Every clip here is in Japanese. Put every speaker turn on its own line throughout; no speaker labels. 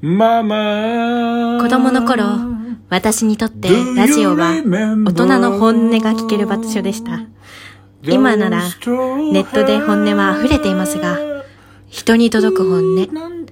ママ
子供の頃、私にとってラジオは大人の本音が聞ける場所でした。今ならネットで本音は溢れていますが、人に届く本音、
音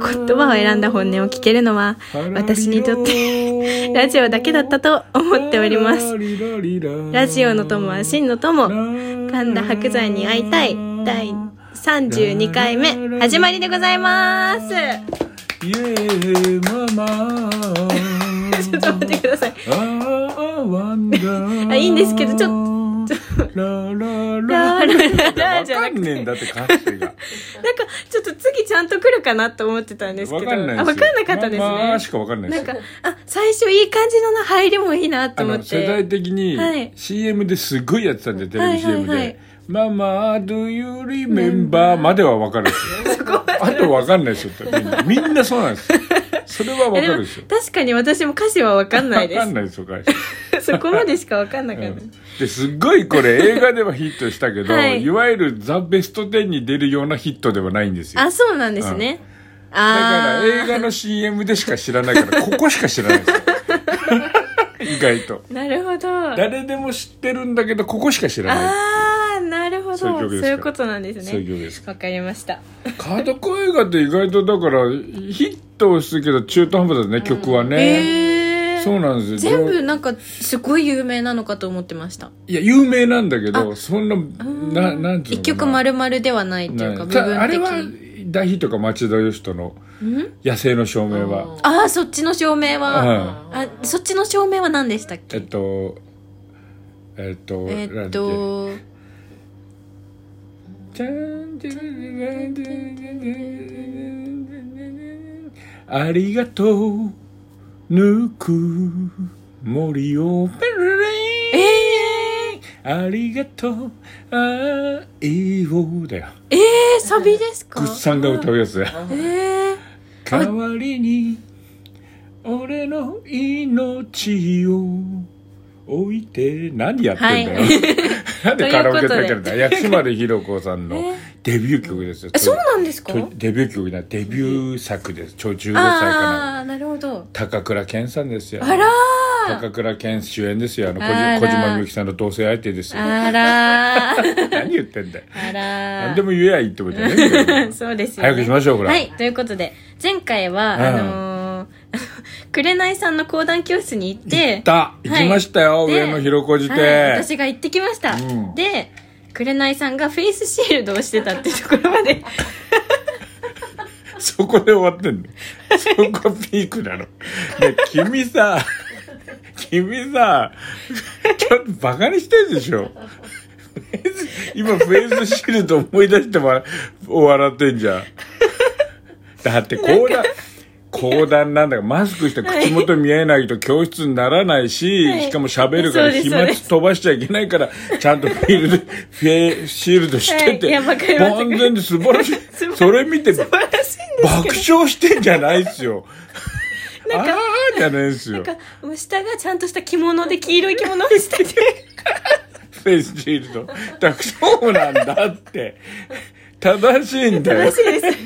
言葉を選んだ本音を聞けるのは、私にとってラジオだけだったと思っております。ラジオの友は真の友、神田白山に会いたい、第32回目、始まりでございます。
イエーイママ
ちょっと待ってください。
あ
あいいんですけどち
ょっとララ
ラ
ラ
ーラーラーじゃ
わか
なく
ん
て、
ねえんだって歌詞が
なんかちょっと次ちゃんと来るかなと思ってたんですけ
わ
ど、
かんな
あ
いですよ
わかんなかったですね。
ママしかわかんないで
なん
す
か
よ、
あ、最初いい感じのな入りもいいなと
あ
思っ
の
て。
世代的に
はい
CM ですごいやってたんでテレビ CM
はいはいはい
で「ママ do you remember」まではわかるんですよあとわかんないですよみんなみんなそうなんですよそれはわ
え
か
でも
るでしょ
確かに私も歌詞はわかんないで
わかんないですよ歌詞
す。そこまでしかわかんなかった。
ですっごいこれ映画ではヒットしたけど、
はい
い、わゆるザ・ベスト10に出るようなヒットではないんですよだ
あ、そうなんですね。あ
から
ー
映画の CM でしか知らない からここしか知らないですよ意外と
なるほど。
誰でも知ってるんだけどここしか知らない
あー、なるほど。
そうい
そ
う
う
曲ですから
いうことなんです
そういう
ね。
曲です
わかりました。
カードコ映画って意外とだからヒットするけど中途半端だね、曲はね、
え
そう
ー。
なんですよ
全部なんかすごい有名なのかと思ってました。
いや有名なんだけどそんなななんていうのかな
一曲丸々ではないっていうか、
ね
部
たあ
分
れ
的
は
に。
大ヒットか町田義人の「野生の証明は」
ああ、そっちの照明は、あ、そっちの照明は何でしたっ
え
け
っとえっと
えっ
なんだっ
と、
けありがとうぬくもりをペル
え
リン
え
ありがとう愛をだよ
ええサビですか
グッさんが歌うやつだよ
ええ
代わりに俺の命を置いて何やってんだよ、
はい
なんでカラオケだけなん
と
だ薬師丸ひろ子さんの
え
デビュー曲ですよ、
えそうなんですか
とデビュー曲じゃないデビュー作です超15歳かな
ああー、なるほど。
高倉健さんですよ
あらー
高倉健主演ですよあの小じ
あら
小島みゆきさんの同棲相手ですよ
あらー
何言ってんだよ
あら
何
ー
でも言えばいいってこと だよね
そうですよ、ね。
早くしましょうこれ、
はい、ということで、前回は、
うん
あのー、 紅さんの講談教室に行って、
行った行きましたよ、
で
上野広小路亭、
はい私が行ってきました。
うん
で、紅さんがフェイスシールドをしてたってところまで。
そこで終わってんの。そこピークなの。ねえ、君さ、君さ、ちょっとバカにしてるでしょ。今フェイスシールド思い出してわ笑ってんじゃん。だって講談、講談なんだからマスクして口元見えないと教室にならないし、
はい
しかも喋るか
そ
ら
うです
飛
そう
沫
です
飛ばしちゃいけないから、ちゃんとフィールド、フェイスシールドして
はいい
て、
やわかります
万全で素 晴らしい
晴らし。い
それ見て
素晴らしいんです
爆笑してんじゃないっす よ。あーじゃないっすよ。
なんかもう下がちゃんとした着物で黄色い着物をしてて
フェイスシールド。だからそうなんだって。正しいんだよ
正。しいです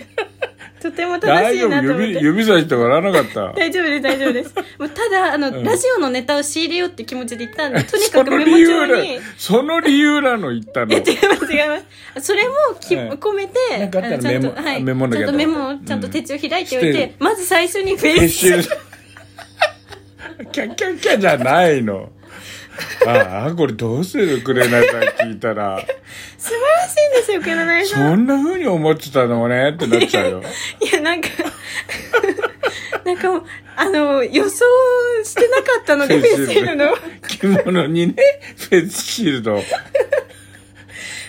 とても正
大
しい
丈夫
なと思っ
指、
て
指差しとかならなかった。
大丈夫です大丈夫ですもうただあの、ラジオのネタを仕入れようって気持ちで行ったんでとにか
そ
く
の
メ
理
モ
由
帳に
な、その理由なの言ったの。
違います違いますそれもき、
はい
込めて
なんかあ
あの
ったら
ちゃんと
メモ
はい
メモんなき
ち
ゃ
ゃんとメモをちゃんと手帳開いておいて、
うん
まず最初にフェ
フェ
イ
イスシー
ス
ルド。 キャッキャッキャじゃないの。ああ、これどうするくれないさん聞いたら。
素晴らしいんですよ黒柳さん
そんな風に思ってたのねってなっちゃうよ。
いや、なんか、 なんかもう、あの、予想してなかったので、フェイスシールの。
着物にね、フェイスシールド。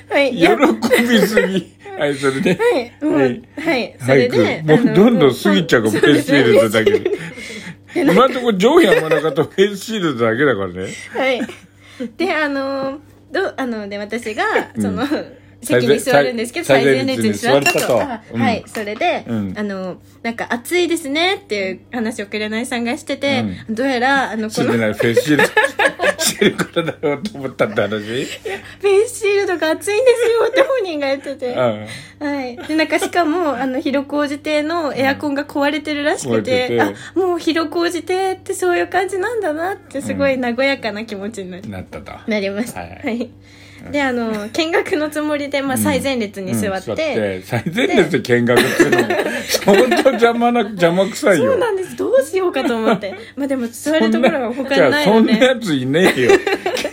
はい。いや
喜びすぎ。はい、それで。
はい。もう
は
はいい。それで、
早くも
あ
う
の
どんどん過ぎちゃうか
も
ら、フェイスシールドだけ
そう
で。 今のところ上位山中とフェイスシールドだけだからね。
ですはい。で、あの、どう、あの、で、私が、その、席に座るんですけど
最
最
前
前列
列に
に
座
座
っ
ったた
と
とあ
うん
はいそれで、
うん
あのなんか暑いですねっていう話を紅さんがしてて、どうやらあのこ
それ
の
でないフェイスシールドしてるからだろうと思ったって話
フェイスシールドが暑いんですよって本人が言ってて、
うん
はい。で、なんかしかも、あの、広小路邸のエアコンが壊れてるらしくて、
うん壊れて
あ、もう広小路邸ってそういう感じなんだなって、すごい和やかな気持ちにな,、
なったと
なりました。
はい
はい。で、あの、見学のつもりで、まあ、最前列に座って、
うん最前列で見学っていうのも相当邪魔な邪魔くさいよ
そうなんです。どうしようかと思 って。まあでも、座るところが他にない
そ
の
んな
で。
やついねえよ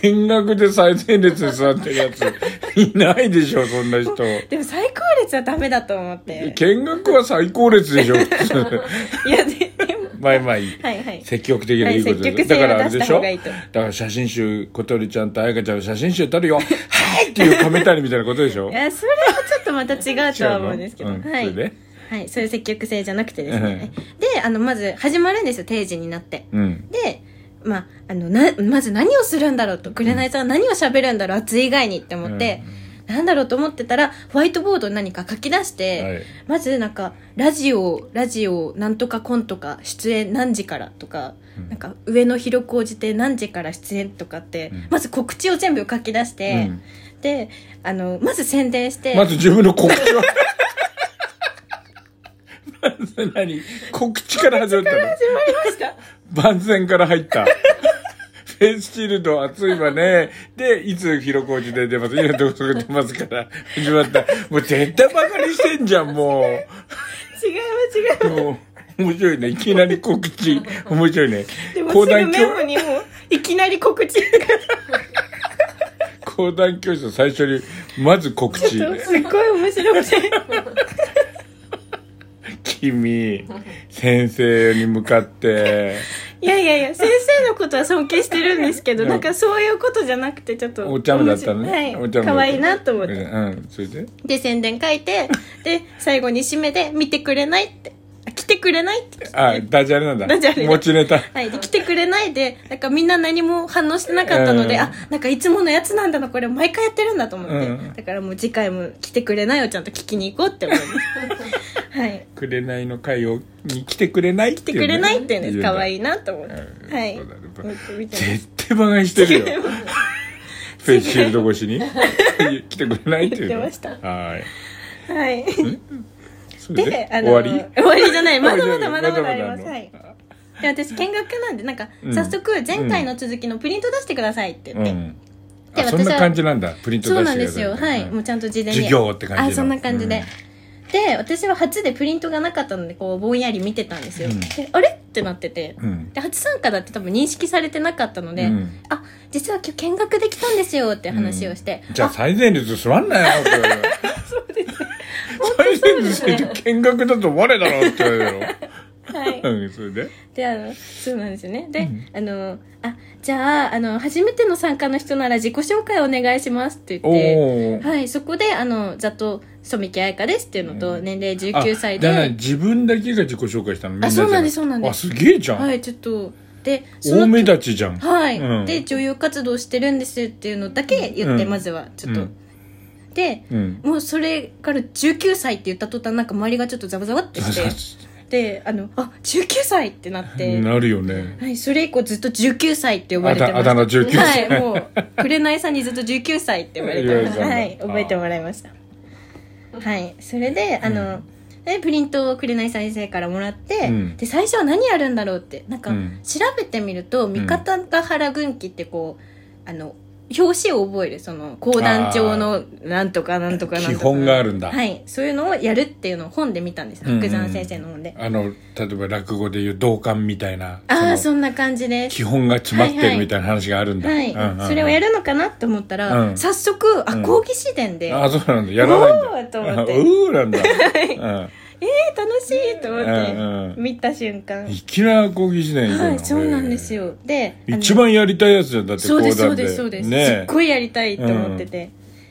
見学で最前列に座ってるやついないでしょそんな人
でも、最高列はダメだと思って。
見学は最高列でしょ普通
いや、ででも、
まあまあいい
はいはい。
積極的でいいこと
はい積極
です、だ
性を
からあれでしょ
出
だ
した方がいい
から写真集小鳥ちゃんと彩香ちゃんの写真集撮るよはいっていうカメたりみたいなことでしょ
いや、それはちょっとまた違うとは思うんですけど。
違うのうん
はい。
それで
はい。そういう積極性じゃなくてですね。
う
で、あの、まず始まるんですよ、定時になって。
うん
で、まあ、あの、な、まず何をするんだろうと、紅さんは何を喋るんだろう、暑い以外にって思って、なんだろうと思ってたら、ホワイトボードに何か書き出して、
はい
まずなんか、ラジオ、ラジオ、なんとかコンとか、出演何時からとか、なんか、上野広小路で何時から出演とかって、まず告知を全部書き出して、
うん
で、あの、まず宣伝して、
まず自分の告知はまず何告知から始まったの
始まりました。
万全から入った。フェイスシールド暑いわね。で、いつ広小路で出ます、いやどこそこ出ますから、始まった。もう絶対バカにしてんじゃん、も
違います、違います
う。もう、面白いね。いきなり告知。面白いね。
でも
講
すぐ
談
メモ
教、
にもういきなり告知が
講談教室の最初に、まず告知。
すっごい面白くて
君、先生に向かって、
いやいやいや先生のことは尊敬してるんですけどなんかそういうことじゃなくてちょっと
お茶目だったのね。
はい
お茶目だった
可愛いなと思っ
う
て
ん、うんそれで
で宣伝書いてで最後に締めで「見てくれない」ってあ「来てくれない」って
あ、ダジャレなんだ。
ダジャレ
持ちネタ。
はい、で来てくれないでなんかみんな何も反応してなかったので、
うん
あなんかいつものやつなんだなこれ毎回やってるんだと思って、
うん
だからもう次回も来てくれないをちゃんと聞きに行こうって思います はい
くれないの会をに来てくれないっ
来
て
てくれないって言うんです可
い
愛
い
いなと思って、
うん
はい
そうだね
見て見て
絶対バカにしてるよフェイスシールド越しに来てくれないっていうの
言ってました
はーい
はい
それ
であの
終わり
終わりじゃないまだまだまだま
終
だ
わ
あ
り
り
じゃな
ま
い
す
まだまだ
は
ある
いで私見学なんでなんか
うん
早速前回の続きのプリント出してくださいって言
う
って、
ん
で
あ
私は
そんな感じなんだプリント
そう
出
な
し
ん
て
ですよ
るやつ
は
だ
いもうちゃんと事前に
授業って感じの
あそんな感じで、で私は初でプリントがなかったのでこうぼんやり見てたんですよ、
うん
であれってなってて、
うん
で初参加だって多分認識されてなかったので、
うん
あ実は今日見学できたんですよって話をして、
じゃあ最前列座んなよって言われる
そうです
最前列で見学だと我だろって言われるよ
はい
うんそれで
であのそうなんですよねで、あのあじゃああの初めての参加の人なら自己紹介お願いしますって言って
おお
はいそこであのざっと染木彩香ですっていうのと、
うん
年齢19歳
だから
で
自分だけが自己紹介したのみんなじゃ
あそうなんですそうなんです
あすげえじゃん、
はいちょっとでそ
大
の
目立ちじゃん
はい、
うん
で女優活動してるんですっていうのだけ言って、
うん
まずはちょっと、
うん
で、
うん
もうそれから19歳って言った途端なんか周りがちょっとざわざわってしてであのあ19歳ってなって
なるよね
はい、それ以降ずっと19歳って呼ばれてました
あだあだ名19歳
はい、もう、紅さんにずっと19歳って呼ばれてまし
言
た。
わ
は
れ
い、
てたんだ
覚えてもらいました。はい、それで、あの、でプリントを紅さん先生からもらって、
うん
で、最初は何やるんだろうって、なんか、
うん
調べてみると、三方ヶ原軍記ってこう、あの、表紙を覚える、その、講談帳のなんとかなんとかなんとか。
基本があるんだ
はい、そういうのをやるっていうのを本で見たんです。
うん
白山先生の本で。
あの例えば落語でいう同感みたいな
ああ、
その
そんな感じです。
基本が詰まって
はいは
る
い
みたいな話があるんだ、
はい、
うんうん
それをやるのかなと思ったら、
うん
早速
う
あ
ん
講義試伝で、
あそうなんだやらないんだ
おーと思って
あうーなんだ、うん
えー楽しいと思って、
うんうん
見た瞬間
いきなり講義時代に行くの
はいそうなんです
へ
よであ
ー
の
一番やりたいやつじゃんだって
そ
講
う
談
で
です
そうですそうです、すっ
ね
ごいやりたいと思ってて、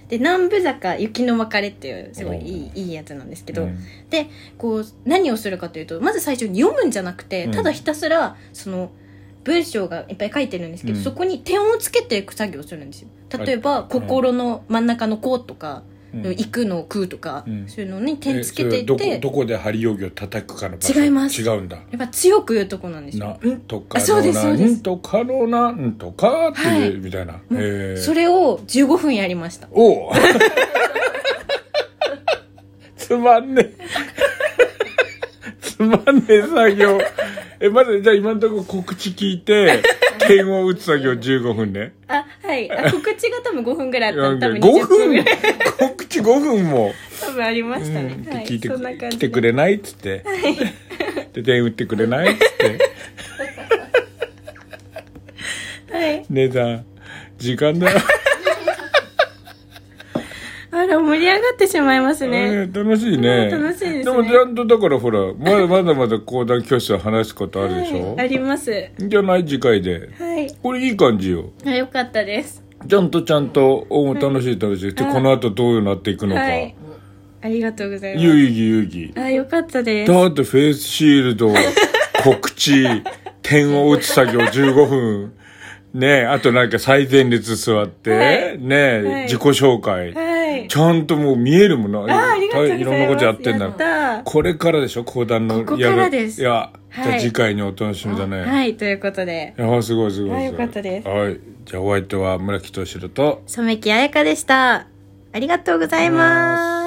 で南部坂雪の別れっていうすごいいいいいやつなんですけど、
うん
でこう何をするかというとまず最初に読むんじゃなくて、
うん
ただひたすらその文章がいっぱい書いてるんですけど、
うん
そこに点をつけていく作業をするんですよ例えば「
い
心の真ん中の「こ」とか「
うん
行くのを食うとか、
うん
そういうのに点つけてい
えそれ
って
どこどこで針容器を叩くかの場所
違います
違うんだ
やっぱ強く言うとこなんですよ
なんとか
あそう
の
ですそうで
な
す
んとかのなんとかっていう、みたいな、
もう
えー
それを15分やりました
おうつまんねえつまんねえ作業えまずじゃあ今のところ告知聞いて点を打つ作業15分ね
あはいあ告知が多分5分ぐらいあったら多分
5
20分ぐ
分
らい
告知5分も
多分ありましたね、
うん
はい
聞いて
そ
く
んな感
来
じ
て
で
くれないっつって、で電打ってくれないっつって
はい
値段時間だよ、
あら盛り上がってしまいますね、
えー楽しいね
うん楽しいですね
もちゃんとだからほらまだまだまだ講談教室は話すことあるでしょ、
はい、あります
いいんじゃない次回で
はい
これいい感じよ
あよかったです
ちゃんとちゃんとお楽しい楽しい、で
うん
この後どうなっていくのか、
はいありがとうございます
有意義有意義
あよかったです
だってフェイスシールド告知点を打つ作業15分ねえあとなんか最前列座って、
はい
ねえ、
はい
自己紹介、
はい
ちゃんともう見えるもの
あありがとうございます
いろんなことやってんだ
やった
これからでしょ講談の
ここからです
いや、じゃ
は
あ
い
次回にお楽しみだね、
はいということで
いやすごいすごいごい
あよかったです
はいじゃあお相手は村木敏郎と
染木彩香でしたありがとうございます